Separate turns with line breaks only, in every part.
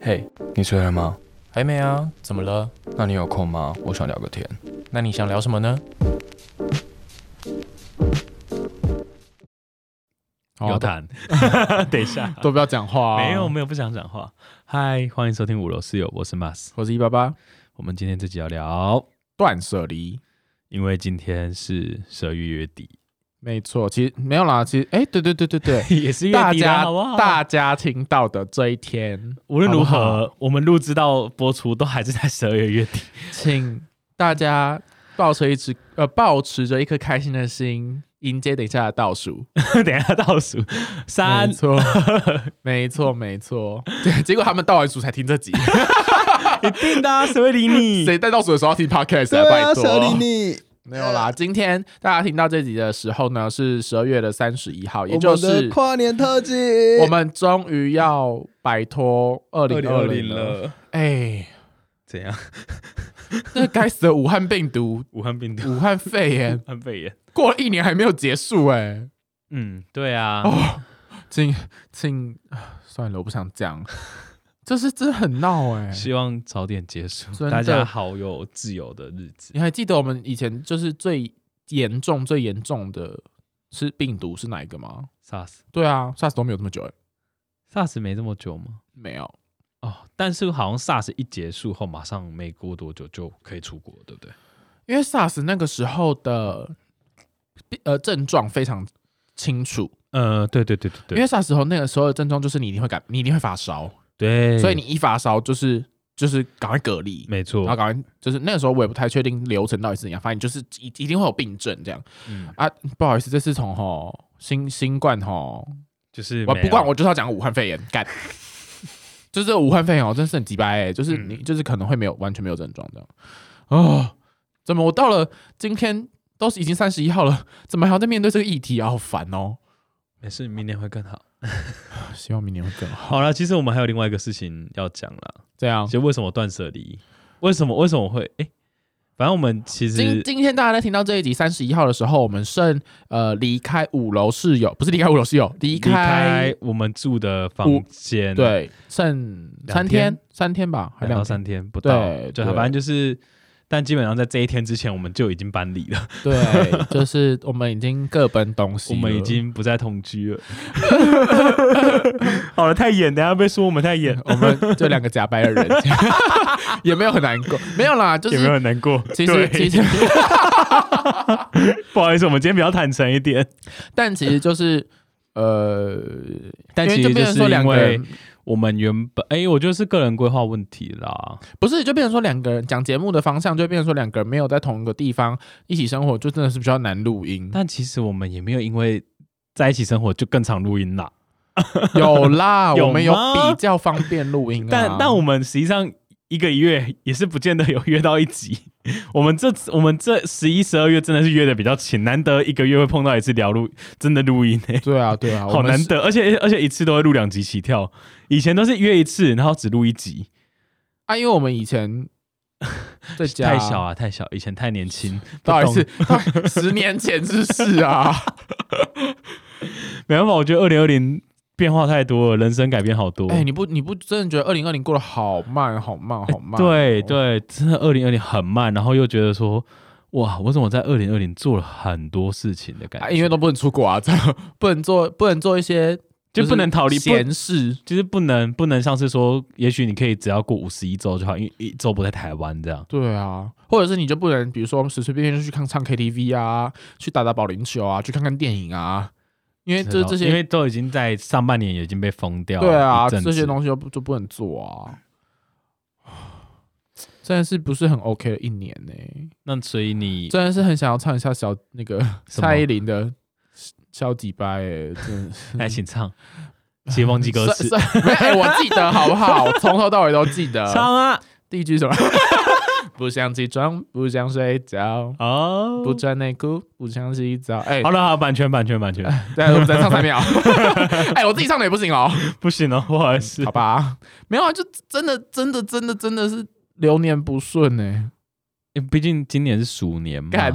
嘿、你睡了吗？
还没啊？怎么了？
那你有空吗？我想聊个天。
那你想聊什么呢？
好
有
都
谈。哦 等一 下，
哦都不要讲话、啊，
没有没有不想讲话。嗨，欢迎收听五楼室友，我是 Mas。
我是一八八
我们今天这集要聊，
断舍离，
因为今天是十二月月底，，
没错，其实没有啦，其实哎、对对对对对
也是
大
月底
家
啦，好不好？
大家听到的这一天，
无论如何，
好
我们录制到播出都还是在十二月月底。
请大家抱持一直呃抱持着一颗开心的心，迎接等一下的倒数。
等一下倒数三
没，错，没错，没错。 对，结果他们倒完数才听这 集，
一定的啊，谁会理你？
谁在倒数的时候要听 podcast 啊？拜托，没有啦。今天大家听到这集的时候呢，是十二月的三十一号，也就是
跨年特辑，
我们终于要摆脱二零二零了。，哎，
怎样？、
这该死的武汉病毒
武汉病毒，
武汉肺炎
武，汉肺炎。
过了一年还没有结束哎、
嗯，对啊，
哦，请请，啊算了，我不想讲，就是真的很闹哎、
希望早点结束
真，的
大家好有自由的日子。
你还记得我们以前就是最严重、最严重的是病毒是哪一个吗？
SARS
对啊，SARS 都没有这么久、欸，
SARS 没这么久吗？
没有。
哦，但是好像 SARS 一结束后，马上没过多久就可以出国，对不对？
因为 SARS 那个时候的呃症状非常清楚，
呃，对对对
因
对对，
为 SARS 时候那个时候的症状就是你一定会感，你一定会发烧，
对，
所以你一发烧就是就是赶快隔离，
嗯没
然后赶
错，
快就是那个时候我也不太确定流程到底是怎样，反正就是一一定会有病症这样
嗯，
啊。不好意思，这是从吼新新冠吼，
就是
我
没
不
有
管我就是要讲武汉肺炎干。 就是武汉肺炎哦，真是很鸡掰哎！就是
嗯
你，就是可能会没有完全没有症状这样。哦，怎么我到了今天都是已经三十一号了，怎么还要再面对这个议题啊？好烦哦！
没事，明年会更好。
希望明年会更好。
好了，其实我们还有另外一个事情要讲啦，
这样，
就为什么断舍离？为什么为什么会？哎、反正我们其
今
实
今天大家在听到这一集三十一号的时候，我们剩呃离开五楼室友，不是离开五楼室友，离
离
开
开我们住的
五
房间，，
对剩三
两天
三天吧，还
两到
两
三天不到，
对
就
对
反正就是，但基本上在这一天之前，我们就已经搬离了，
对， 就是我们已经各奔东西
我
了，
们已经不再同居了。好了，太演，等一下被说我们太演，
我们就两个假白的 人，也没有很难过，没有啦，就
有没有
是
很难过？
其实
对
其实，
不好意思，我们今天比较坦诚一点，
但其实就是呃，
但
因为
其
就
实就
变成
是
说两
因
个
为
人
我们原本，哎、我觉得是个人规划问题啦。
不是，就变成说两个人讲节目的方向，就变成说两个人没有在同一个地方一起生活，就真的是比较难录音。
但其实我们也没有因为在一起生活就更常录音啦，
有啦，
有
我们有
吗
比较方便录音啊、
但但我们实际上一个月也是不见得有约到一集。 我们这次我们这十一、十二月真的是约的比较勤，难得一个月会碰到一次聊录，真的 录音诶、
对啊对啊，我
好
们
难
是
得，而且而且一次都会录两集起跳，以前都是约一次，然后只录一集，
啊，因为我们以 前在家
太小，啊，太小，以前太 年轻，
不好意思
懂，
到底十年前之事 啊。
没办法，我觉得二零二零变化太多了，人生改变好多。
哎、你不你不真的觉得二零二零过得好慢好慢好慢、哦
对，对，真的二零二零很慢，然后又觉得说，哇，我怎么在二零二零做了很多事情的感觉？
啊，因为都不能出国啊，这样不能做不能做一些
就不能逃离，不
闲事。
就是不能不能像是说，也许你可以只要过五十一周就好，因为一周不在台湾这样。
对啊，或者是你就不能，比如说随随便便就去看唱 KTV 啊，去打打保龄球啊，去看看电影啊，因为这这
哦因
些
为都已经在上半年也已经被封掉了。
对啊，
一阵子
这些东西就不就不能做啊，真的是不是很 OK 的一年呢、
那所以你
真的是很想要唱一下小那个
什么
蔡依林的小几掰哎，真的是
来 请唱，先忘记歌词，
算算没哎、我记得好不好？从头到尾都记 得。
唱啊！
第一句是什么？ 不想起床，不想睡觉，
哦，
不穿内裤，不想洗澡。哎、
好了，好，版权，版权，版权，
对，我们再唱三秒。 哎、我自己唱的也不行哦，
不行哦，不好意 思
好。吧？没有啊，就真的，真的，真的，真的是流年不顺欸呢、
因为毕竟今年是鼠年嘛，
干，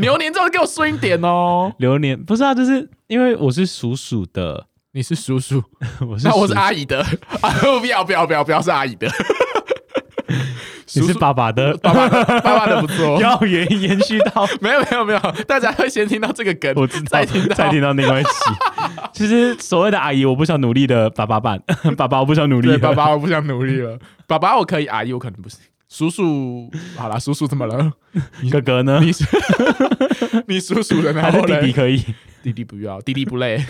流年之后给我顺一点哦。
流年不是啊，就是因为我是属鼠的，
你是叔叔，
我是
那 我是
叔
阿姨的， 啊，不要不要不要不要是阿 姨的，
你是
叔叔
爸 爸的，
爸爸的爸爸的不 错，
要延延续到
没有没有没有，大家会先听到这个梗，
我知道
再听到
再听到另外一 期。其实所谓的阿姨，我不想努力的爸爸 版，爸爸我不想努力
对
了，
爸爸，我不想努力了。爸爸我可以，阿姨我可能不行。叔叔，好啦，叔叔怎么了？
哥哥呢？
你 你叔叔的，
还
然
是
后
弟
嘞
弟可以？
弟弟不要，弟弟不累。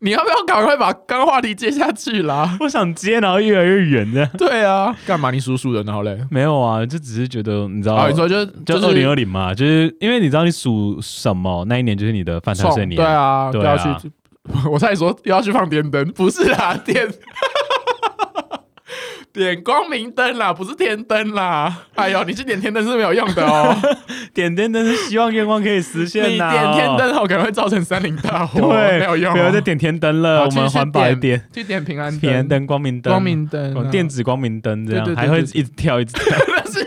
你要不要赶快把刚话题接下去啦？
我想接，然后越来越远的。
对啊，干嘛你叔叔的，然后嘞？
没有啊，就只是觉得你知道
啊，，你说就就
就
是
二零二零嘛，就是因为你知道你属什么，那一年就是你的犯太岁
创
年。
对，啊，
对
不要
啊
去。 我差点说又要去放电灯，不是啦， 点点光明灯啦，不是天灯啦。哎呦，你去点天灯是没有用的 哦，
点天灯是希望愿望可以实
你
现呐。
点天灯后可能会造成森林大火，
对，
没有用、
不
哦
要。再点天灯了，
好
我
去
们
去
环保一
点
点，
去点平安灯，
平安灯、光明灯、
光明灯啊、
哦电子光明灯这样，
对对对
还会一
对对
直跳一直跳。
那是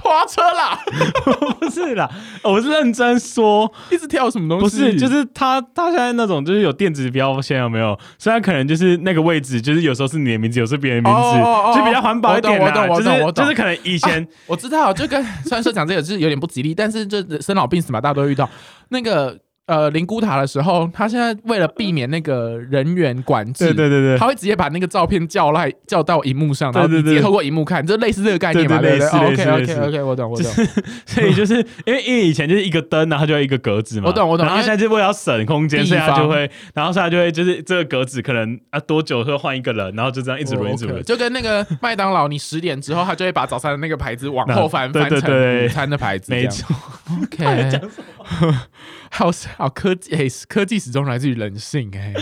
花车啦，
不是啦，我是认真说，
一直跳什么东西？
不是，就是他他现在那种就是有电子标签有没有？虽然可能就是那个位置，就是有时候是你的名字，有时候别人的名字，
哦哦哦哦
就比较环保一点
我懂
啦。
我
就
懂我
是
懂
就是可能以 前、
我知道，就跟虽然说讲这个是有点不吉利，但是就生老病死嘛，大家都会遇到。那个呃灵骨塔的时候，他现在为了避免那个人员管制，
对对对对。
他会直接把那个照片叫来叫到荧幕上，然后
对对
你
对
直接透过荧幕看，就类似这个概念嘛，
对对
对不
类似
对？OK
类似
OK
类
OK，我懂我懂。
所以就是因为因为以前就是一个灯，然后就要一个格子嘛。
我懂我懂
然后
因为
现在就为了要省空间，
地
所以
方
他就会，然后所以他就会就是这个格子可能啊多久会换一个人，然后就这样一直轮一直
哦
轮
，OK，。就跟那个麦当劳，你十点之后，他就会把早餐的那个牌子往后翻，
那
翻
对对对
成午餐的牌子，
没
这样
错，
OK，好好科技、诶科技始终来自于人性哎、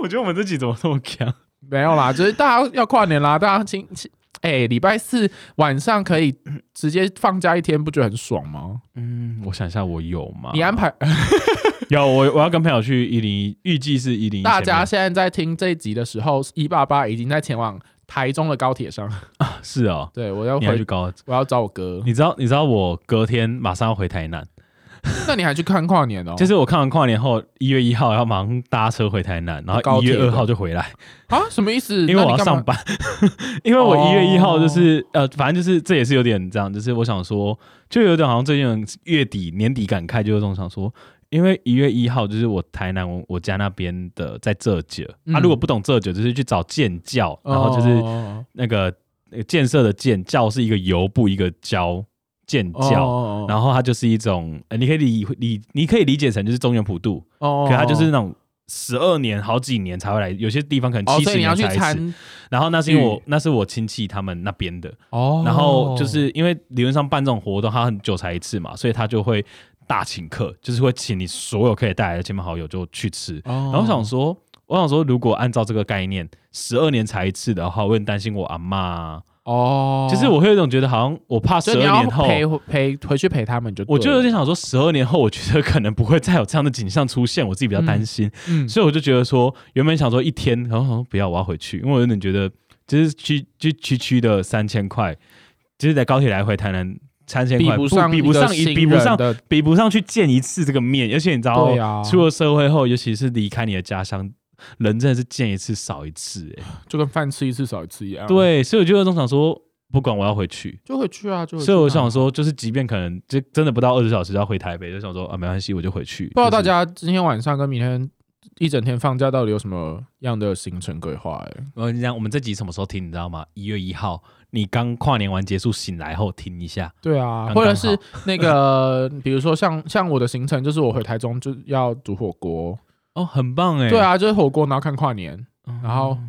我觉得我们这集怎么这么强？
没有啦，就是大家要跨年啦，大家亲亲哎，礼、拜四晚上可以直接放假一天，不觉得很爽吗？
嗯，我想一下，我有吗？
你安排、
有我我要跟朋友去一零一，预计是一零一。
大家现在在听这一集的时候，一八八已经在前往台中的高铁上。
是哦，
对我要
你还去
回，
高
我要找我哥。
你知道，你知道我隔天马上要回台南，
哦那你还去看跨年哦、
就是我看完跨年后，一月一号要马上搭车回台南，然后
高
一
铁
月
的
二号就回来，
啊，什么意思？
因为
那你
我要
干嘛
上班。 因为我
哦
一月一号就是、呃，反正就是这也是有点这样，就是我想说，就有点好像最近月底年底感慨，就有种想说。因为一月一号就是我台南我我家那边的在浙九，
嗯
啊，如果不懂浙九，就是去找建教，然后就是
哦
那个那个建设的建教是一个油布一个胶建教，
哦
然后它就是一种，呃、你可以理理，你可以理解成就是中原普渡，
哦
可它就是那种十二年、好几年才会来，有些地方可能
哦，
七
所
十
以你要
年
去
才一次。
参
然后那是因为
与
我那是我亲戚他们那边的，
哦
然后就是因为理论上办这种活动，他很久才一次嘛，所以他就会大请客，就是会请你所有可以带来的亲朋好友就去吃。
哦
然后我想说，我想说，如果按照这个概念，十二年才一次的话，我很担心我阿啊妈，
哦，
就是我会有一种觉得好像我怕十
所以
二
你要
年后
陪陪回去陪他们就对了，
我就有点想说，十二年后，我觉得可能不会再有这样的景象出现，我自己比较担心，
嗯
所以我就觉得说，原本想说一天，然后想说不要，我要回去，因为我有点觉得，就是区就区区的三千块，就是在高铁来回台南三千
比
块，
不上
比不
一个
上一
新
比不
人
上
的
比不上去见一次这个面，而且你知道，
对啊
出了社会后，尤其是离开你的家乡。人真的是见一次少一次、欸，
就跟饭吃一次少一次一样。，
对，所以我就有种想说，不管我要回去，
就回去啊，就回去
所以我
啊
想，说，就是即便可能就真的不到二十小时要回台北，就想说啊，没关系，我就回去。
不知道
就
大
是
家今天晚上跟明天一整天放假到底有什么样的行程规划？哎，
我跟你讲，我们这集什么时候听，你知道吗？一月一号，你刚跨年完结束醒来后听一下。
对啊，
刚刚好
或者 是那个，比如说像像我的行程，就是我回台中就要煮火锅，
哦，很棒哎。
对，啊，就是火锅，然后看跨年，然后
很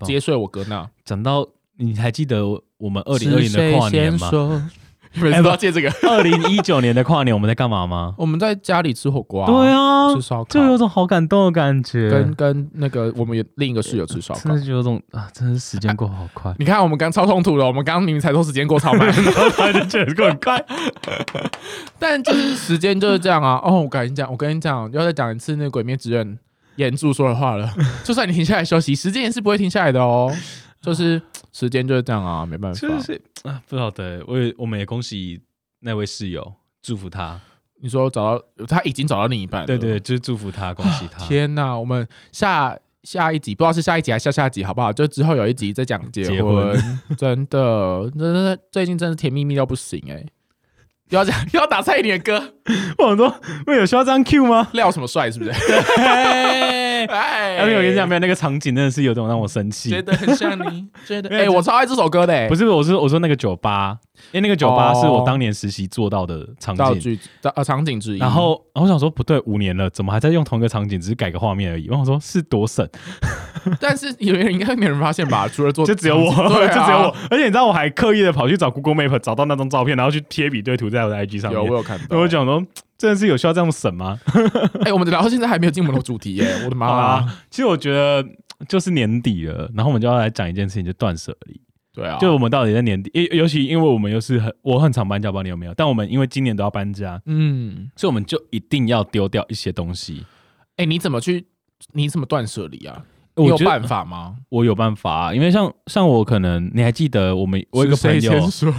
棒
接睡我哥那。
讲到你还记得我们二零二零的跨年吗？
吗？ 每次都要借这个，
二零一九年的跨年我们在干嘛吗？
我们在家里吃火锅，
对，啊，
吃烧烤，
就有种好感动的感觉，
跟跟那个我们有另一个室友吃烧烤，
真。的就有种啊，真的时间过好快
你看，我们刚超冲突了，我们刚明明才说时间过超慢，
就觉得过很快。
但就是时间就是这样啊。哦，我跟你讲，我跟你讲，要再讲一次那个《鬼灭之刃》岩柱说的话 了。就算你停下来休息，时间也是不会停下来的哦。就是
啊
时间就是这样啊，没办法。
就是啊，不晓得，我也我们也恭喜那位室友，祝福他。
你说找到他已经找到另一半了，
对啊对，就是祝福他，恭喜他。
天哪，我们下下一集不知道是下一集还是下下集，好不好？就之后有一集再讲结
结婚
真的，真的最近真的甜蜜蜜到不行哎、又要这样， 又要打蔡依林的歌，
我想说，喂，有需要这样 Q 吗？
廖什么帅是 不是？
哎，
哎，
没有，我跟你讲，没有那个场景真的是有种让我生气。
觉得很像 你，觉得
没
哎、
有
我超爱这首歌的、欸，
不
是
是，我是我说那个酒吧，因为那个酒吧
哦
是我当年实习做到的场
道
景。
具呃场景之一。
然后，然后我想说不对，五年了，怎么还在用同一个场景，只是改个画面而已？我想说是多省，
但是有人应该没有人发现 吧？除了做
就只有我，
对啊
就只有我。而且你知道，我还刻意的跑去找 Google Map 找到那张照片，然后去贴比对图在我的 IG 上
有我
面。
有看到。
我讲说，真的是有需要这样省吗？
哎、我们聊到现在还没有进我们的主题耶、欸我的妈、
好啊，其实我觉得就是年底了，然后我们就要来讲一件事情，就断舍离。
对啊，
就我们到底在年底，尤尤其因为我们又是很我很常搬家，不知道你有没有？但我们因为今年都要搬家，
嗯，
所以我们就一定要丢掉一些东西。
哎、你怎么去？你怎么断舍离啊？你
我
有
觉得
办法吗？
我有办法、啊，因为像像我可能你还记得我们我有一个朋
是谁先
友，
说，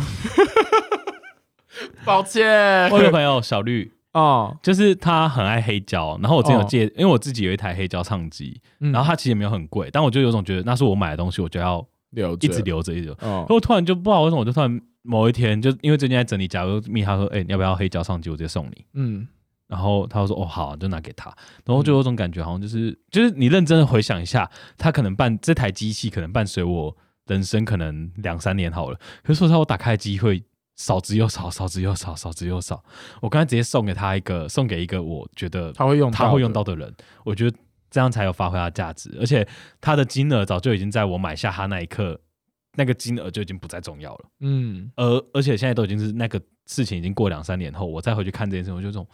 抱歉
我有一个朋友小绿，
哦，
就是他很爱黑胶，然后我之前有
哦
借，因为我自己有一台黑胶唱机，
嗯
然后它其实也没有很贵，但我就有种觉得那是我买的东西，我就要
留着
一直留着一直留。
哦
然后我突然就不知道为什么，我就突然某一天就因为最近在整理家，我就密他说，哎、你要不要黑胶唱机？我直接送你。
嗯，
然后他就说：“哦，好，就拿给他。”然后就有种感觉，好像就是、就是你认真的回想一下，他可能伴这台机器可能伴随我人生可能两三年好了。可是说实话，我打开的机会少之又少，少之又少，少之又少。我刚才直接送给他一个，送给一个我觉得
他会用，
他会用到，的人，我觉得这样才有发挥他的价值。而且他的金额早就已经在我买下他那一刻，那个金额就已经不再重要了。
嗯，
而而且现在都已经是那个事情已经过两三年后，我再回去看这件事情，我就这种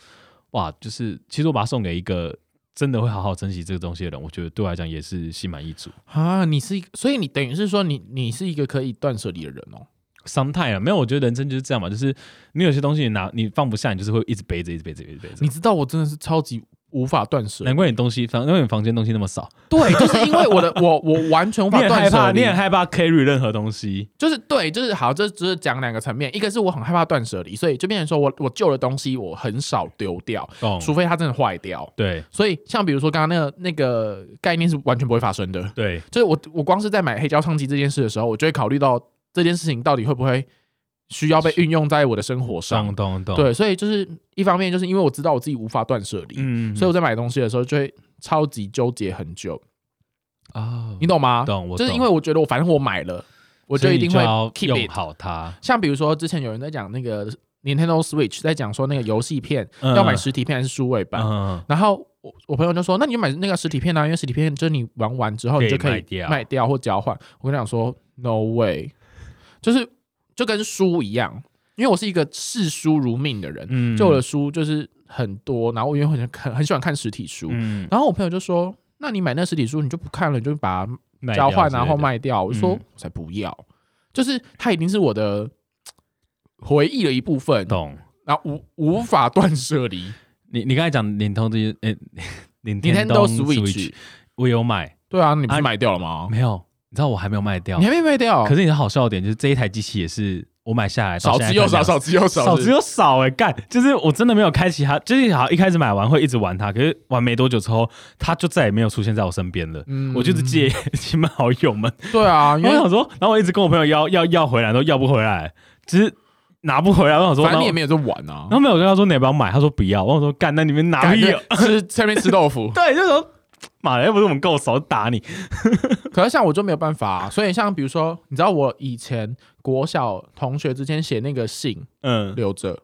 哇，就是其实我把它送给一个真的会好好珍惜这个东西的人，我觉得对我来讲也是心满意足。
啊，你是一个，所以你等于是说你你是一个可以断舍离的人哦。
伤态啊，没有，我觉得人生就是这样嘛，就是你有些东西你拿你放不下，你就是会一直背着，一直背着，一直背着
你。知道我真的是超级无法断舍，
啊难怪你东西房，难怪你房间东西那么少，
对，就是因为我的 我我完全无
你
法
很
断
害
舍
怕，你
离
很，害怕 carry 任何东西。
就是对，就是好，这只是讲两个层面，一个是我很害怕断舍离，所以就变成说我我旧的东西我很少丢掉，
懂
除非它真的坏掉。
对
所以像比如说刚刚那个那个概念是完全不会发生的，
对，
就是我我光是在买黑胶唱机这件事的时候，我就会考虑到这件事情到底会不会需要被运用在我的生活上
懂。懂懂，，
对，所以就是一方面就是因为我知道我自己无法断舍离，
嗯，
所以我在买东西的时候就会超级纠结很久，
啊，
嗯你懂吗？
嗯懂我
就是
懂
因为我觉得我反正我买了，我就一定会
所以你就要
keep
用
it。
好它，
像比如说之前有人在讲那个 Nintendo Switch，在讲说那个游戏片、
嗯
要买实体片还是数位版，
嗯，
然后我我朋友就说，那你就买那个实体片啊，因为实体片就是你玩完之后
可以
你就可
卖
以
掉
卖掉或交换。我跟你讲说，no way，就是就跟书一样，因为我是一个视书如命的人，
嗯
就我的书就是很多，然后我因为很很很喜欢看实体书，
嗯
然后我朋友就说，那你买那实体书你就不看了，你就把它
啊卖掉
交换然后
之类的，
卖掉。我就说、
嗯
我才不要，就是它已经是我的嘖回忆的一部分，
懂？
然后无无法断舍离。
你你刚才讲联通这些， 诶，联
Nintendo Switch，
我有买，
对啊，你不
啊
是卖掉了吗？
没有？你知道我还没有卖掉
你，还没卖掉，
可是你的好笑的点就是这一台机器也是我买下来到
少
现在
之又
看
少，
两
少之又少，
少
是
之又少哎，干，就是我真的没有开启它，就是好像一开始买完会一直玩它，可是玩没多久之后，它就再也没有出现在我身边了。
嗯
我就是借 亲朋好友们，
对啊，因
我
为
想说，然后我一直跟我朋友要要要回来，都要不回来，只是拿不回来。我想说，
反正
然
你
后
也没有在玩啊
然，后没有啊跟他说你要不要买，他说不要。我想说干，那你们哪
感
里有。
觉？吃在那边吃豆腐
对，就说妈的，又不是我们够熟打你。
可是像我就没有办法、啊，所以像比如说，你知道我以前国小同学之间写那个信
嗯，
留着，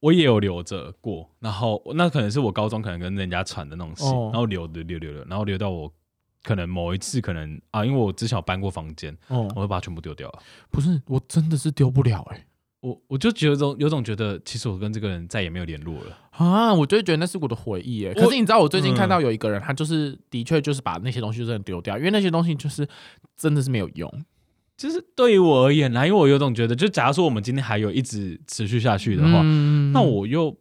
我也有留着过，然后那可能是我高中可能跟人家传的那种信，
哦
然后留留留留留，然后留到我可能某一次可能啊，因为我之前有搬过房间，
哦、
我就把它全部丢掉了。
不是，我真的是丢不了哎、
我我就觉得有种有种觉得，其实我跟这个人再也没有联络了。
啊，我就会觉得那是我的回忆哎、
我
可是你知道，我最近
嗯
看到有一个人，他就是的确就是把那些东西就真的丢掉，因为那些东西就是真的是没有用。
就是对于我而言啦，因为我有种觉得，就假如说我们今天还有一直持续下去的话，
嗯
那我又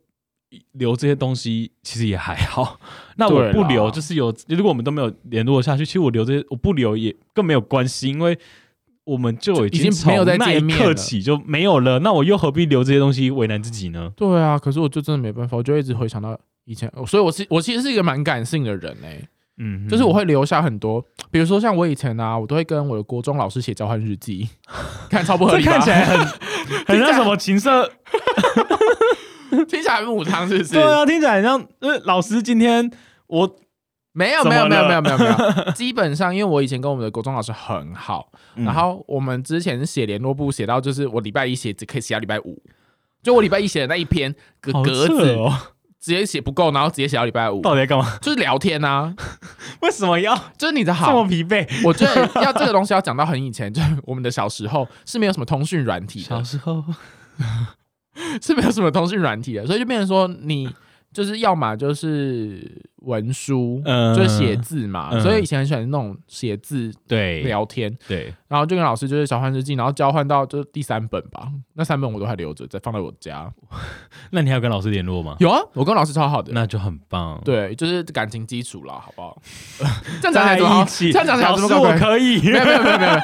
留这些东西，其实也还好。那我
对
不
啦
留，就是有如果我们都没有联络下去，其实我留这些我不留也更没有关系，因为我们就已
就已经没有再
从那
见
一
面
刻
了
起就没有了，那我又何必留这些东西为难自己呢？
对啊，可是我就真的没办法，我就一直回想到以前，所以我是我其实是一个蛮感性的人哎、
嗯，
就是我会留下很多，比如说像我以前啊，我都会跟我的国中老师写交换日记， 看超不合
这
理吧，
看起来很很像什么情色，
听起来很母汤是不是？
对啊，听起来很像呃，老师今天我
没有
怎
没有
么
没有
了
没有没有没有， 基本上因为我以前跟我们的国中老师很好，
嗯
嗯然后我们之前写联络簿写到就是我礼拜一写只可以写到礼拜五，就我礼拜一写的那一篇格
好
格
扯
子
哦，
直接写不够，然后直接 写到礼拜五，
到底在干嘛？
就是聊天啊，
为什么要
就是你的
这
好
么。疲惫？
我觉得要这个东西要讲到很以前，就是我们的小时候是没有什么通讯软体的，
时候，
是没有什么通讯软体的，所以就变成说你就是要么就是文书，
嗯
就是写字嘛，
嗯哎
所以以前很喜欢那种写字
对
聊天，
对，
然后就跟老师就是交换日记，然后交换到就是第三本吧，那三本我都还留着，再放在我家。
那你还有跟老师联络吗？
有啊，我跟老师超好的。
那就很棒。，
对，就是感情基础啦，好不好？ 这样讲起
在
来怎么好
一起，
这样讲起来
老
怎
师
么
我
怪怪
可以，
没有没有没有没有，没有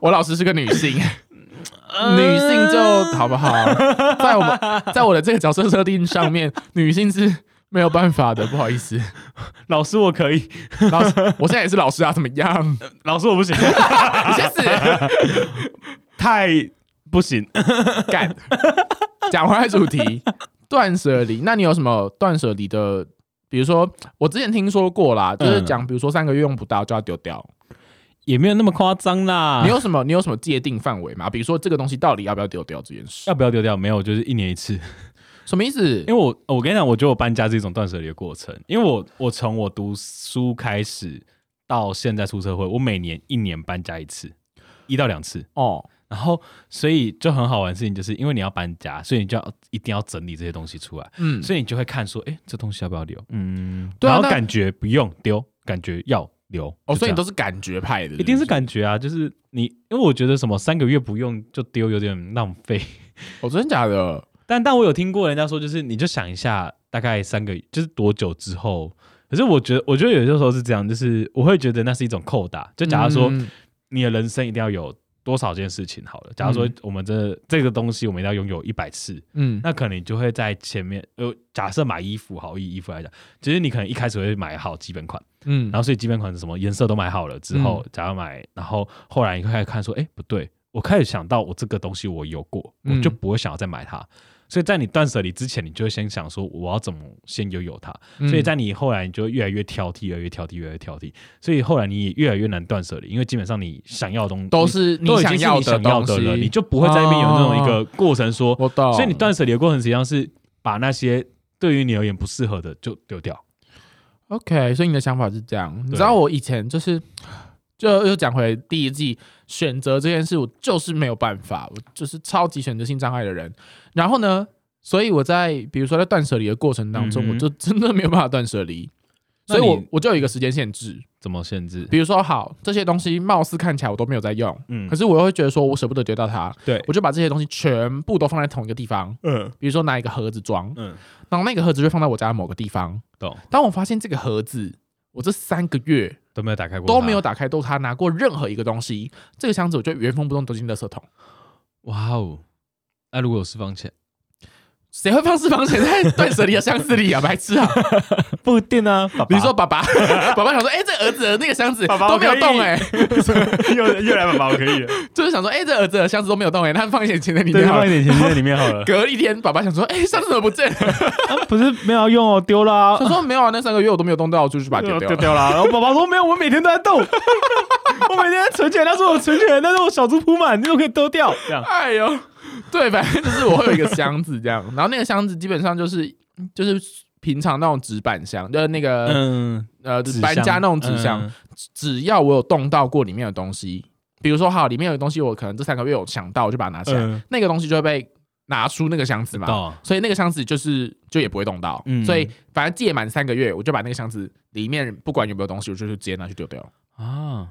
我老师是个女性， 女性就好不好？ 在我们在我的这个角色设定上面，女性是没有办法的，不好意思。
老师我可以，
老师，我现在也是老师啊，怎么样？
老师我 不行，
你先死
太不行。
干。讲回来主题，断舍离。那你有什么断舍离的？比如说，我之前听说过啦，就是讲，比如说三个月用不到就要丢掉。
也没有那么夸张啦。
你有什么？你有什么界定范围吗？比如说这个东西到底要不要丢掉这件事？
要不要丢掉？没有，就是一年一次。
什么意思
因为？我我跟你讲，我觉得我搬家是一种断舍离的过程。因为我我从我读书开始到现在出社会，我每年一年搬家一次，一到两次。
哦，
然后，所以就很好玩的事情，就是因为你要搬家，所以你就要一定要整理这些东西出来，
嗯，
所以你就会看说，哎、这东西要不要留？嗯，
对啊
然后
那
感觉不用丢，感觉要留。
哦，
就这
所以
样
你都是感觉派的，
一定是
不
感觉啊，就是你，因为我觉得什么三个月不用就丢，有点浪费。
哦，真的假的？
但但我有听过人家说，就是你就想一下，大概三个就是多久之后。可是我觉得，我觉得有些时候是这样，就是我会觉得那是一种扣打。就假如说
嗯
你的人生一定要有多少件事情好了，假如说我们这这个东西我们一定要拥有一百次，
嗯，
那可能你就会在前面呃，假设买衣服好，以衣服来讲，其实你可能一开始会买好基本款，
嗯，
然后所以基本款是什么颜色都买好了之后，假如买，然后后来你会开始看说，哎、不对，我开始想到我这个东西我有过，我
嗯
就不会想要再买它。所以在你断舍离之前，你就会先想说我要怎么先拥有它。
嗯
所以在你后来，你就会越来越挑剔，越来越挑剔，越来越挑剔。所以后来你也越来越难断舍离，因为基本上你想要的东西
都是
都已经
想
是你
的
想要
东
的
西，哦
了，你就不会在那边有那种一个过程说。
我懂。
所以你断舍离的过程实际上是把那些对于你而言不适合的就丢掉。
OK，所以你的想法是这样。你
对
知道我以前就是，就又讲回第一季选择这件事，我就是没有办法，我就是超级选择性障碍的人。然后呢，所以我在比如说在断舍离的过程当中，
嗯哼
我就真的没有办法断舍离，
那
所以我
你
我就有一个时间限制。
怎么限制？
比如说，好，这些东西貌似看起来我都没有在用，
嗯
可是我又会觉得说我舍不得丢掉它，
对
我就把这些东西全部都放在同一个地方。
嗯
比如说拿一个盒子装，
嗯，
然后那个盒子就放在我家的某个地方。
懂，
当我发现这个盒子，我这三个月
都没有打开过它，
都没有打开，都他拿过任何一个东西，这个箱子我就原封不动丢进垃圾桶。
哇哦！那、如果有私房钱，
谁会放私房钱在断舍离的箱子里啊？白 痴啊！
不一定啊。爸
你说爸爸，爸爸想说，哎、这儿子的那个箱子
爸爸
都没有
我可以
动 哎、
又又来爸爸，我可以 了，
就是想说，哎、这儿子的箱子都没有动哎、他放一点钱在里
对，
面好
放
了。
一点钱在里面好 了。
隔一天，爸爸想说，哎、箱子怎么不见 了？
啊不是没有用哦，丢 啦
他，说没有啊，那三个月我都没有动到，我就是把它丢掉
丢
了。
掉啦。然后爸爸说没有，我每天都在动， 我每天在存钱。他说我存钱，但是我小猪铺满，你都可以丢掉。这样
哎呦，对，反正就是我会有一个箱子这样，然后那个箱子基本上就是就是平常那种纸板箱，就是那个、
嗯，
呃
纸
搬家
箱
那种纸箱，
嗯
只要我有动到过里面的东西，比如说好，里面有东西我可能这三个月有想到，我就把它拿起来，
嗯
那个东西就会被拿出那个箱子嘛。
到
所以那个箱子就是就也不会动到，
嗯
所以反正借满三个月，我就把那个箱子里面不管有没有东西，我就是直接拿去丢掉。
啊。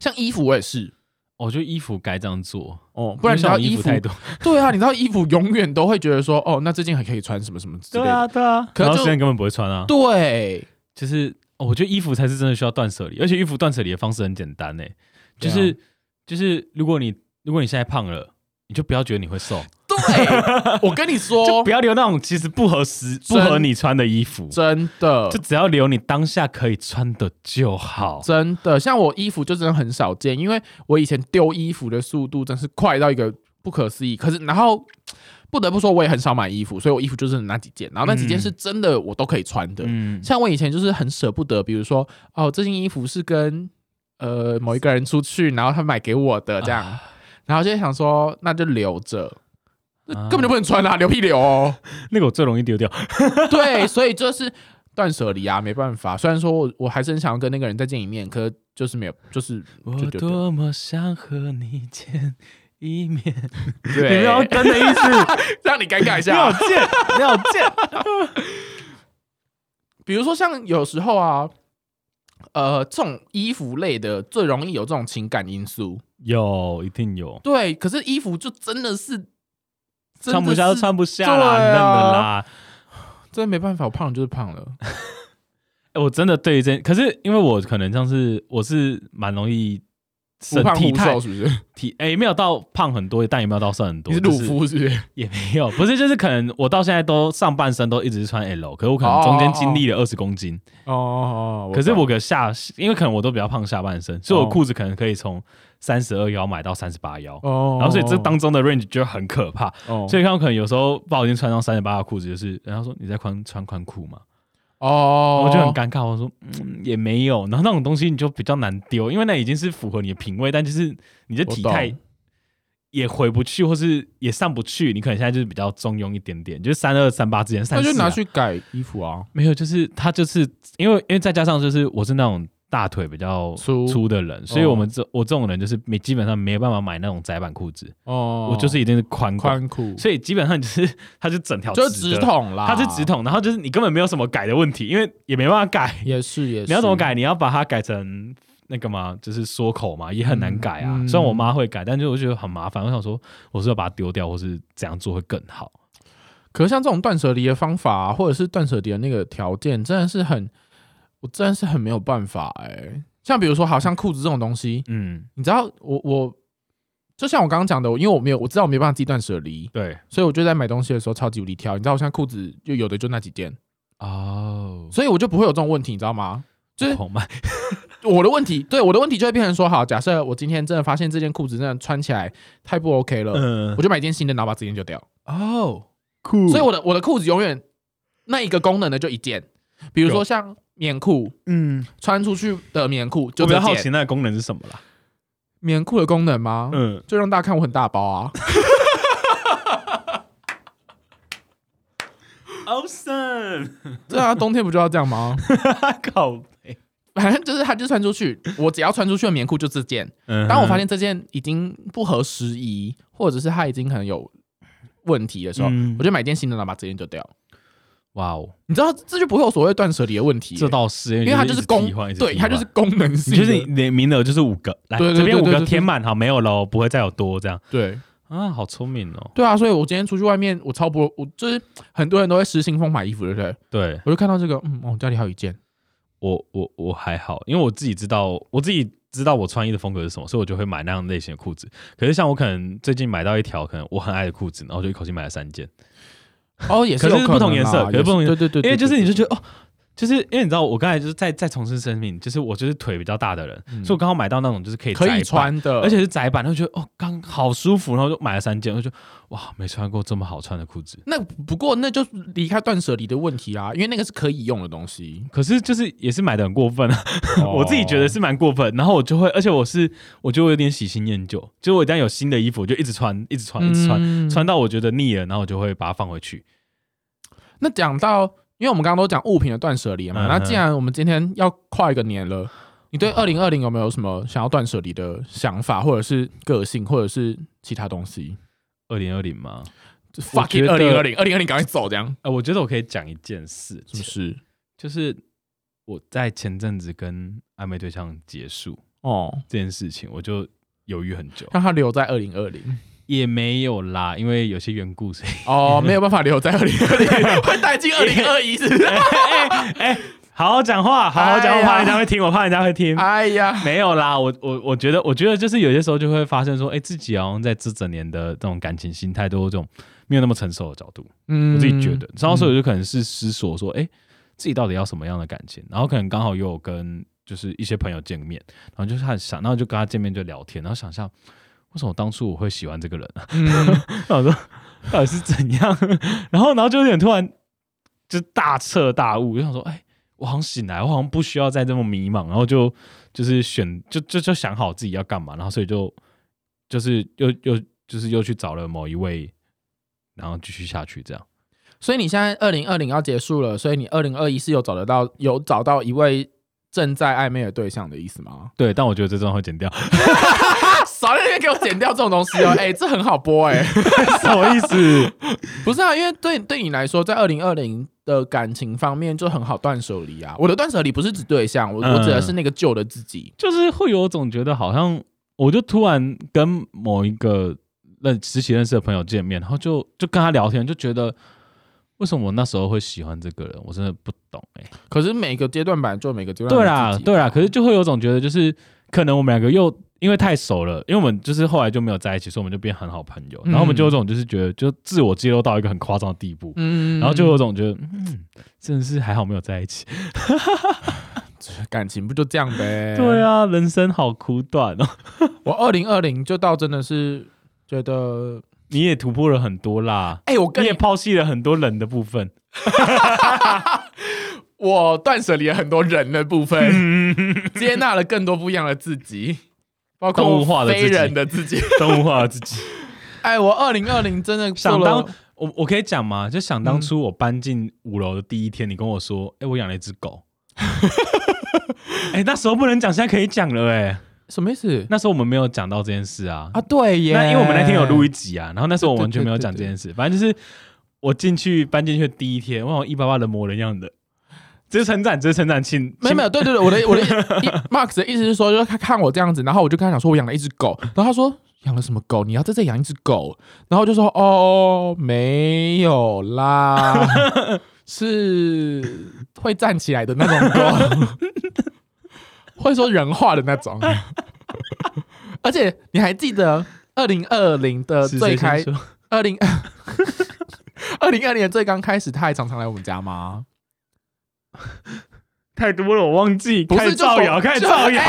像衣服我也是
我觉得衣服该这样做，
哦，不然你知
像
道
我
衣
衣
服
太多。
对啊，你知道衣服永远都会觉得说哦，那这件还可以穿什么什么之类的。，
对啊
可
然后
就
现在根本不会穿啊。
对，
就是、哦我觉得衣服才是真的需要断舍离，而且衣服断舍离的方式很简单诶、
对
就是就是如果你如果你现在胖了，你就不要觉得你会瘦，
对，我跟你
就
说
不，要留那种其实不合时、不合你穿的衣服，
真的
就，只要留你当下可以穿的就好。
真的，像我衣服就真的很少见，因为我以前丢衣服的速度真是快到一个不可思议。可是，然后不得不说，我也很少买衣服，所以我衣服就是那几件，然后那几件
嗯
是真的我都可以穿的。
嗯，
像我以前就是很舍不得，比如说哦，这件衣服是跟呃某一个人出去，然后他买给我的这
啊
样，然后就想说那就留着，那根本就不能穿啦、留屁留哦。
啊那个我最容易丢掉。
对，所以就是断舍离啊，没办法。虽然说我我还是很想要跟那个人再见一面，可就是没有，就是就
我
就就
多么想和你见一面，你
对，
们要跟的意 思，
让你尴尬一
你好
下。
贱，你好贱。
比如说像有时候啊，呃，这种衣服类的最容易有这种情感因素。
有，一定有，
对，可是衣服就真的是真的
穿不下就是穿不下啦，
对啊
认的啦。
真的没办法，我胖了就是胖了。
哎我真的对于这，可是因为我可能像是我是蛮容易
不
身
胖
体
不
态
瘦是不是？
体哎、没有到胖很多，但也没有到瘦很多。
你是
就
鲁夫是不是？
也没有，不是就是可能我到现在都上半身都一直是穿 L，可是我可能中间经历了二十公斤，
哦哦，
可是我的下，因为可能我都比较胖下半身，所以我
哦
裤子可能可以从三十二腰买到三十八腰。
哦，
然后，所以这当中的 range 就很可怕，
哦
所以看我可能有时候不小心穿上三十八的裤子，就是人家说你在穿穿宽裤嘛，
哦，
我就很尴尬，我说嗯也没有，然后那种东西你就比较难丢，因为那已经是符合你的品味，但就是你的体
我
态
懂
也回不去，或是也上不去，你可能现在就是比较中庸一点点，就是三二三八之间，
那
三
就
四、啊
拿去改衣服啊。
没有，就是他就是因为因为再加上就是我是那种大腿比较
粗哦
粗的人，所以我们这、我这种人就是没基本上没有办法买那种窄版裤子，
哦，
我就是一定是宽款，
宽裤，
所以基本上就是它就整条
就是
直
直
的，
筒啊啦，
它是直，筒，然后就是你根本没有什么改的问题，因为也没办法改，
也是也是。
你要怎么？改？你要把它改成那个嘛，就是缩口嘛，也很难改啊。
嗯嗯
虽然我妈会改，但是我觉得很麻烦。我想说，我是要把它丢掉，或是怎样做会更好。
可是像这种断舍离的方法啊、或者是断舍离的那个条件，真的是很，我真的是很没有办法哎、像比如说，好像裤子这种东西，
嗯，
你知道，我我就像我刚刚讲的，因为我没有我知道我没办法自己断舍离，
对，
所以我就在买东西的时候超级无力挑。你知道，我现在裤子就有的就那几件，
哦，
所以我就不会有这种问题，你知道吗？就是
好慢，
我的问题，对我的问题就会变成说，好，假设我今天真的发现这件裤子真的穿起来太不 OK 了，
嗯
我，就买一件新的，然后把这件丢掉。
哦，酷
呃所以我的我的裤子永远那一个功能的就一件，比如说
有
像棉裤，
嗯，
穿出去的棉裤就
我比
这
较好奇
件。
那个功能是什么啦。
棉裤的功能吗？
嗯，
就让大家看我很大包 啊。
awesome，
对啊，冬天不就要这样吗？
靠背。
反正就是它就穿出去，我只要穿出去的棉裤就这件。
嗯
当我发现这件已经不合时宜，或者是它已经可能有问题的时候，
嗯
我就买件新的，然后把这件丢掉。
哇哦，
你知道，这就不会有所谓断舍离的问题、
这倒是，因
因为它就是功，对，它就是。功能性
你
的，
就是你的名额就是五个，来
对对对
这边五
对对
个
对
填满，好没有喽，不会再有多这样
对。
啊，好聪明哦。
对啊，所以我今天出去外面，我超不，我就是很多人都会失心疯买衣服，对不对？
对，
我就看到这个，嗯，哦，我家里还有一件，
我我我还好，因为我自己知道，我自己知道我穿衣的风格是什么，所以我就会买那样类型的裤子。可是像我可能最近买到一条可能我很爱的裤子，然后我就一口气买了三件，
哦，也
可
有
是
能
不同颜
啦
色可是
也
不同颜
对对对，
因为就是
对
你就觉得哦，就是因为你知道我刚才就是在在重申生命，就是我就是腿比较大的人，
嗯
所以我刚好买到那种就是可以
可
窄
以
版，
穿的，
而且是窄版，然后觉得哦刚好舒服，然后就买了三件，我就觉得哇没穿过这么好穿的裤子。
那不过那就离开断舍离的问题啦，啊因为那个是可以用的东西。
可是就是也是买的很过分啊，
哦
我自己觉得是蛮过分，然后我就会，而且我是我就会有点喜新厌旧，就是我一旦有新的衣服，我就一直穿，一直穿，一直穿，
嗯
穿到我觉得腻了，然后我就会把它放回去。
那讲到，因为我们刚刚都讲物品的断舍离嘛，
嗯
那既然我们今天要跨一个年了，你对二零二零有没有什么想要断舍离的想法，或者是个性，或者是其他东西
二零二零吗？
就？fuck
觉
it，
得
二零二零，二零二零赶快走，这样
呃，我觉得我可以讲一件事
是
情，
不是？
就是我在前阵子跟暧昧对象结束
哦，
这件事情，我就犹豫很久，
让它留在二零 二零，
也没有啦，因为有些缘故，所以
哦，没有办法留在二零二零，会带进二零二一，是不是？
哎哎哎好好讲话，好好讲
哎
话，
呀
怕人家会听，我怕人家会听。
哎呀，
没有啦，我我我觉得，我觉得就是有些时候就会发现说，哎、自己好像在这整年的这种感情心态都有这种没有那么成熟的角度，
嗯
我自己觉得，然后所以我就可能是思索说，哎、自己到底要什么样的感情，然后可能刚好又有跟就是一些朋友见面，然后就是他想，然后就跟他见面就聊天，然后想一下为什么当初我会喜欢这个人、啊，
嗯
然后我说 到底是怎样， 然后然后就有点突然就大彻大悟，就想说，哎、我好像醒来，我好像不需要再这么迷茫，然后就就是选就就就想好自己要干嘛，然后所以就就是又又就是又去找了某一位，然后继续下去这样。
所以你现在二零二零要结束了，所以你二零二一是有找得到有找到一位正在暧昧的对象的意思吗？
对，但我觉得这段会剪掉，
啊少在那边给我剪掉这种东西 哦，哎、这很好播哎、
什么意思？
不是啊，因为对对你来说，在二零二零的感情方面就很好断舍离啊。我的断舍离不是指对象，我、我指
嗯
的是那个旧的自己。
就是会有总觉得好像，我就突然跟某一个认实习认识的朋友见面，然后就就跟他聊天，就觉得为什么我那时候会喜欢这个人，我真的不懂哎、
可是每个阶段版就有每个阶段
对
的
啦
自，己啊
对啊啦，可是就会有种觉得，就是可能我们两个又因为太熟了，因为我们就是后来就没有在一起，所以我们就变很好朋友。
嗯
然后我们就有种就是觉得，就自我揭露到一个很夸张的地步，
嗯
然后就有种觉得，嗯，真的是还好没有在一起。
感情不就这样呗？
对，啊，人生好苦短哦。
我二零二零就到真的是觉得，
你也突破了很多啦，
哎、我
你
跟你
也抛弃了很多人的部分。
我断舍离了很多人的部分，
嗯
接纳了更多不一样的自己，包
动物
括
化的自己
非人的自己。
动物化了自己。
哎，我二零二零真的做
想
了
当我我可以讲吗？就想当初我搬进五楼的第一天，你跟我说，哎、我养了一只 狗。哎、那时候不能讲，现在可以讲了、哎，
什么意思
那时候我们没有讲到这件事啊。
啊？对耶，
那因为我们那天有录一集啊，然后那时候我完全没有讲
对
这
对对
件事。反正就是我进去搬进去的第一天，我好像一八八人模人样的，这是成长，这是成长，请
没有没有，对对对，我的我的 一 Max 的意思是说，就是他看我这样子，然后我就跟他讲说，我养了一只狗，然后他说养了什么狗？你要在这养一只狗？然后我就说哦，没有 啦，是会站起来的那种狗，会说人话的那种。而且你还记得二零二零的
是
最
谁先
开
说
二零 二零二年最刚开始，他还常常来我们家吗？
太多了，我忘记
不
开
是
始
就
造谣，
狗
开始
就
造谣。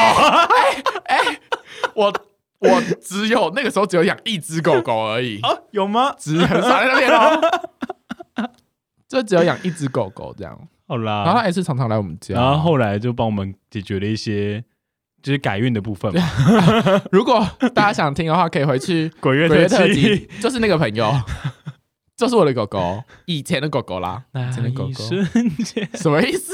我我只有那个时候只有养一只狗狗而已，
啊，有吗？
只很少在那边哦。就只有养一只狗狗这样，
好啦，
然后他也是常常来我们家。
然后后来就帮我们解决了一些就是改运的部分
啊
嘛，
如果大家想听的话，可以回 去
鬼月
鬼月
特
特辑
辑。，
就是那个朋友，就是我的狗狗，以前的狗狗啦。
那
真的狗
一
狗
瞬间，
什么意思？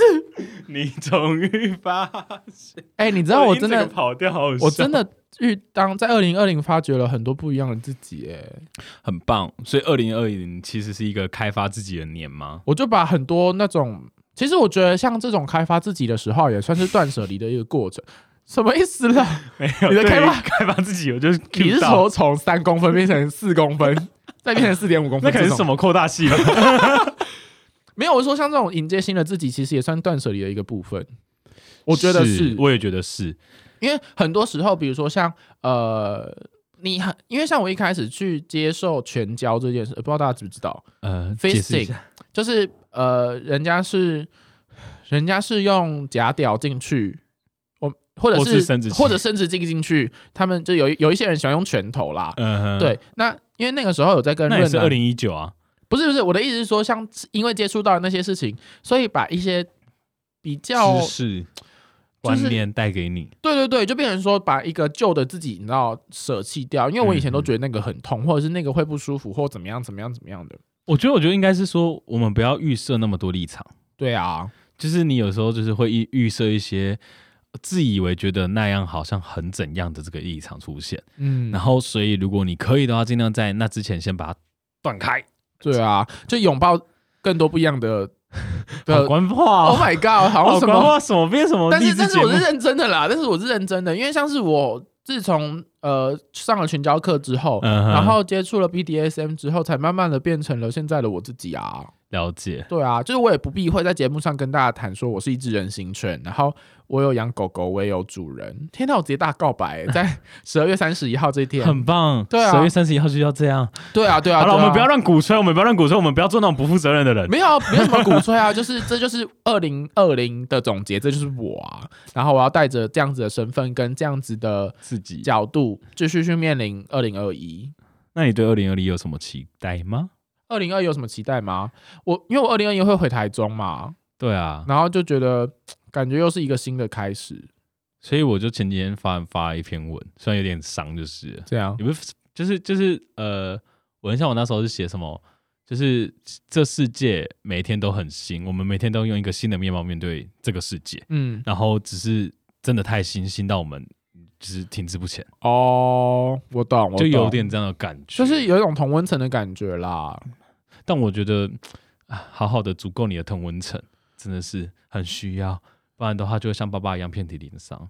你终于发 现，
哎、你知道我真
的
的，
跑掉，好好笑
我真的遇当在二零二零发掘了很多不一样的自己、哎，
很棒。所以二零二零其实是一个开发自己的年吗？
我就把很多那种，其实我觉得像这种开发自己的时候，也算是断舍离的一个过程。 什么意思啦？
没有，
你的
对于
开发
开发自己，我就是
你是
cue 到
从从三公分变成四公分， 再变成四点五公
那
分，
可能是什
么？
么扩大器吧？
没有，我说像这种迎接新的自己，其实也算断舍离的一个部分。 我觉得是，
我也觉得是。
因为很多时候，比如说像呃，你很因为像我一开始去接受全交这件事，呃不知道大家知不知道，
呃
Fisting
解释一下
就是呃，人家是人家是用假屌进去，我或者
或是生殖器
或者生殖进进去，他们就有有一些人喜欢用拳头啦。
嗯哼，
对，那因为那个时候有在跟
那
润
也是
南
二零一九啊，
不是不是，我的意思是说，像因为接触到那些事情，所以把一些比较
知识
就是
观念带给你。
对对对，就变成说把一个旧的自己，你知道舍弃掉。因为我以前都觉得那个很痛，或者是那个会不舒服，或怎么样怎么样怎么样的。
我觉得，我觉得应该是说，我们不要预设那么多立场。
对啊，
就是你有时候就是会预预设一些自以为觉得那样好像很怎样的这个立场出现，
嗯
然，后所以如果你可以的话，尽量在那之前先把它断开。
对啊，就拥抱更多不一样 的
好
的。
官话、
Oh
哦，
my god，好像
好
什
官
么？
话，什么变什么
但
励
是
志
但是
节目
我是认真的啦，但是我是认真的，因为像是我自从呃上了群教课之后，
嗯哼
然后接触了 BDSM 之后，才慢慢的变成了现在的我自己啊。
了解，
对啊，就是我也不避讳在节目上跟大家谈说，我是一只人形犬，然后我有养狗狗，我也有主人。天呐，我直接大告白， 在十二月三十一号这一天。
很棒。
对啊
十月三十一号就要这样。
对啊，对啊。
好了，
对啊
我们不要乱鼓吹，我们不要乱鼓吹，我们不要做那种不负责任的人。
没有，没有什么鼓吹啊， 就是这就是二零二零的总结，这就是我啊。然后我要带着这样子的身份跟这样子的
自己。
角度，继续去面临二零二一。
那你对二零二零有什么期待吗？
二零二有什么期待吗？我因为我二零二一会回台中嘛，
对啊，
然后就觉得嘖感觉又是一个新的开始，
所以我就前几天发发一篇文，虽然有点伤，就是了
这样
你不是就是就是呃，我很像我那时候是写什么，就是这世界每天都很新，我们每天都用一个新的面貌面对这个世界，
嗯
然后只是真的太新，新到我们就是停滞不前，
哦，我懂，我懂
就有点这样的感觉。
就是，有一种同温层的感觉啦。
但我觉得啊好好的足够你的同温层，真的是很需要，不然的话就会像爸爸一样遍体鳞伤。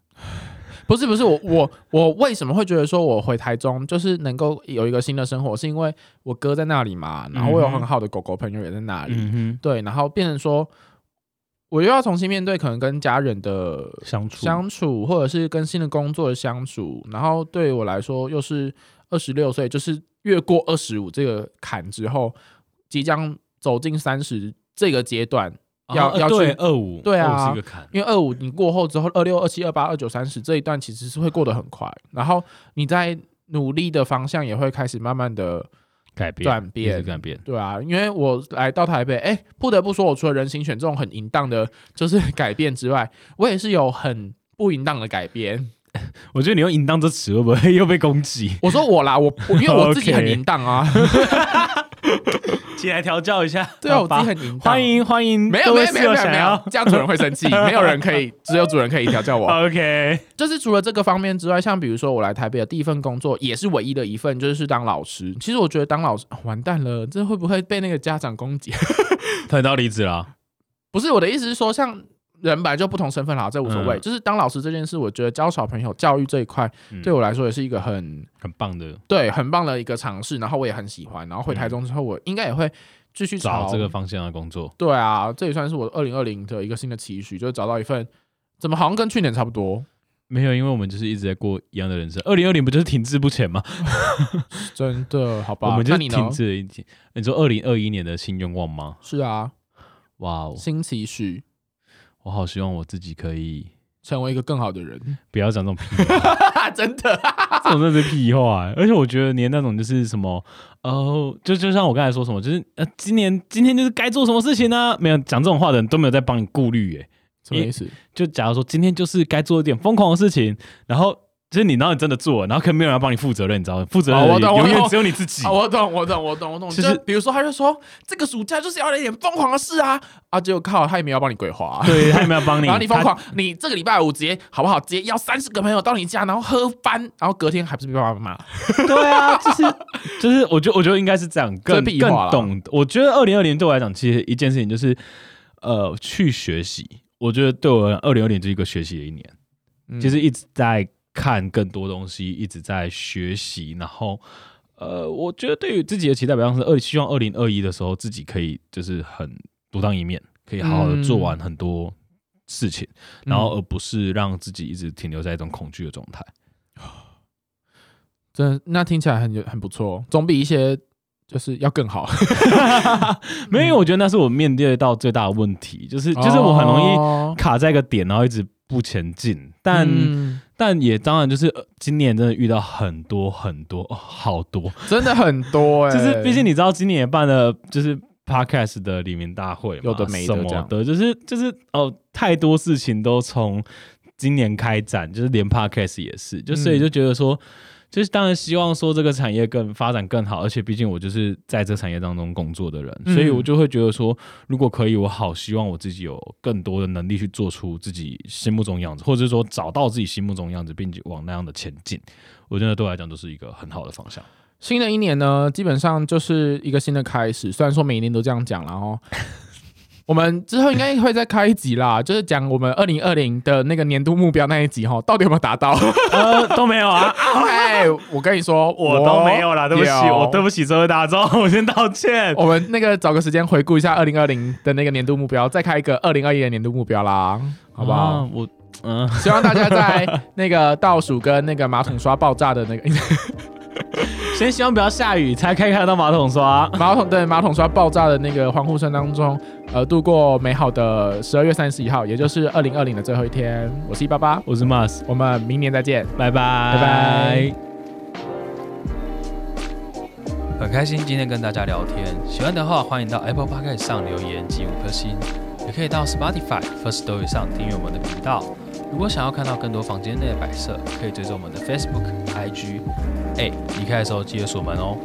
不是不是，我我我为什么会觉得说我回台中就是能够有一个新的生活，是因为我哥在那里嘛，然后我有很好的狗狗朋友也在那里，
嗯
对，然后变成说我又要重新面对可能跟家人的
哼，相处
相处，或者是跟新的工作的相处，然后对我来说又是二十六岁，就是越过二十五这个坎之后，即将走进三十这个阶段，要
啊
要去
对二五，
对啊
25是一个坎。
因为二五你过后之后，二六、二七、二八、二九、三十这一段其实是会过得很快，然后你在努力的方向也会开始慢慢的
改变，
转
一直
变。
改变，
对啊，因为我来到台北，哎、不得不说，我除了人形犬这种很淫荡的，就是 改变之外，我也是有很不淫荡的改变。
我觉得你用“淫荡”这词会不会 又被攻击？
我说我啦，我我因为我自己很
OK
淫荡啊，
进来调教一下。
对啊，我自己
好吧
很淫荡。
欢迎欢迎，
没有
各
没
位
有没有
室友
没有
想
没有
要，
这样主人会生气，没有人可以，只有主人可以调教我。
OK，
就是除了这个方面之外，像比如说我来台北的第一份工作，也是唯一的一份，就是当老师。其实我觉得当老师、哦完蛋了，这会不会被那个家长攻击？
他到离职了，啊
不是我的意思是说，像人本来就不同身份啦，这无所谓。
嗯
就是当老师这件事，我觉得教小朋友教育这一块，
嗯
对我来说也是一个很
很棒的，
对很棒的一个尝试，然后我也很喜欢。然后回台中之后，我应该也会继续
嗯找
朝
这个方向的工作。
对啊，这也算是我二零二零的一个新的期许，就是找到一份怎么好像跟去年差不多，
没有，因为我们就是一直在过一样的人生。二零二零不就是停滞不前吗？
真的好吧？
我们就
那
是
你呢
停？滞了一天。你说二零二一年的新愿望吗？
是啊，
哇哦，
新期许。
我好希望我自己可以
成为一个更好的人。
不要讲这种屁话。
真的，
这种真的是屁话、 欸，而且我觉得连那种就是什么，哦，就就像我刚才说什么，就是呃，今年今天就是该做什么事情呢、没有讲这种话的人都没有在帮你顾虑，哎，
什么意思？
就假如说今天就是该做一点疯狂的事情，然后就是你，然后你真的做了，然后可能没有人要帮你负责任，你知道吗？负责任
哦
的
我
人
懂
永
我
远
懂
只有你自己。
啊，我懂，我懂，我懂，我懂。就
就是
是比如说，他就说这个暑假就是要来一点疯狂的事啊啊！结果靠，他也没有帮你规划、
对，他也没有帮你，
然后你
他
疯狂，你这个礼拜五直接好不好？直接邀三十个朋友到你家，然后喝翻，然后隔天还不是被爸爸骂？
对啊，就是就是，我觉得我觉得应该是这样，更
这是屁话
更
啦
懂。我觉得二零二零对我来讲，其实一件事情就是，呃，去学习。我觉得对我二零二零就是一个学习的一年，
嗯
其实一直在看更多东西，一直在学习。然后，呃，我觉得对于自己的期待表上是二，希望二零二一的时候自己可以就是很独当一面，可以好好的做完很多事情，然后
嗯
而不是让自己一直停留在一种恐惧的状态。
真的，那听起来很有很不错，总比一些就是要更好。
没有，因为我觉得那是我面对到最大的问题，就是
哦
就是我很容易
易，
卡在一个点，然后一直不前进。但、
嗯
但也当然就是、呃今年真的遇到很多很多、哦好多，
真的很多哎、
就是毕竟你知道今年也办了就是 podcast 的黎明大会嘛，
有的没的
什
这
么
样
的，就是就是哦，太多事情都从今年开展，就是连 podcast 也是，就所以
嗯
就觉得说。就是当然希望说这个产业更发展更好，而且毕竟我就是在这产业当中工作的人，
嗯
所以我就会觉得说，如果可以，我好希望我自己有更多的能力去做出自己心目中的样子，或者是说找到自己心目中的样子，并且往那样的前进。我觉得对我来讲都是一个很好的方 向。
新的一 年呢，基本上就是一个新的开始。虽然说每一年都这样讲啦，然后哦我们之后应该会再开一集啦，就是讲我们二零二零的那个年度目标那一集哈，到底有没有达 到？
呃，都没有啊，
哎，我跟你说，
我都没有啦，对不起，我对
不。
不起这位大众， 我先道歉。
我们那个找个时间回顾一下二零二零的那个年度目标，再开一个二零二一的年度目标啦，好不好？
啊？我嗯，
希望大家在那个倒数跟那个马桶刷爆炸的那个
先希望不要下雨，才可以看得到马桶刷。
马桶对马桶刷爆炸的那个欢呼声当中，呃，度过美好的十二月三十一号，也就是二零二零的最后一天。我是一八八，
我是 Mas，
我们明年再见。
拜拜拜
拜。
很开心今天跟大家聊天，喜欢的话欢迎到 Apple Podcast 上留言及五颗星，也可以到 Spotify、First Story 上订阅我们的频道。如果想要看到更多房间内的摆设，可以追踪我们的 Facebook、IG。哎，离开的时候记得锁门哦。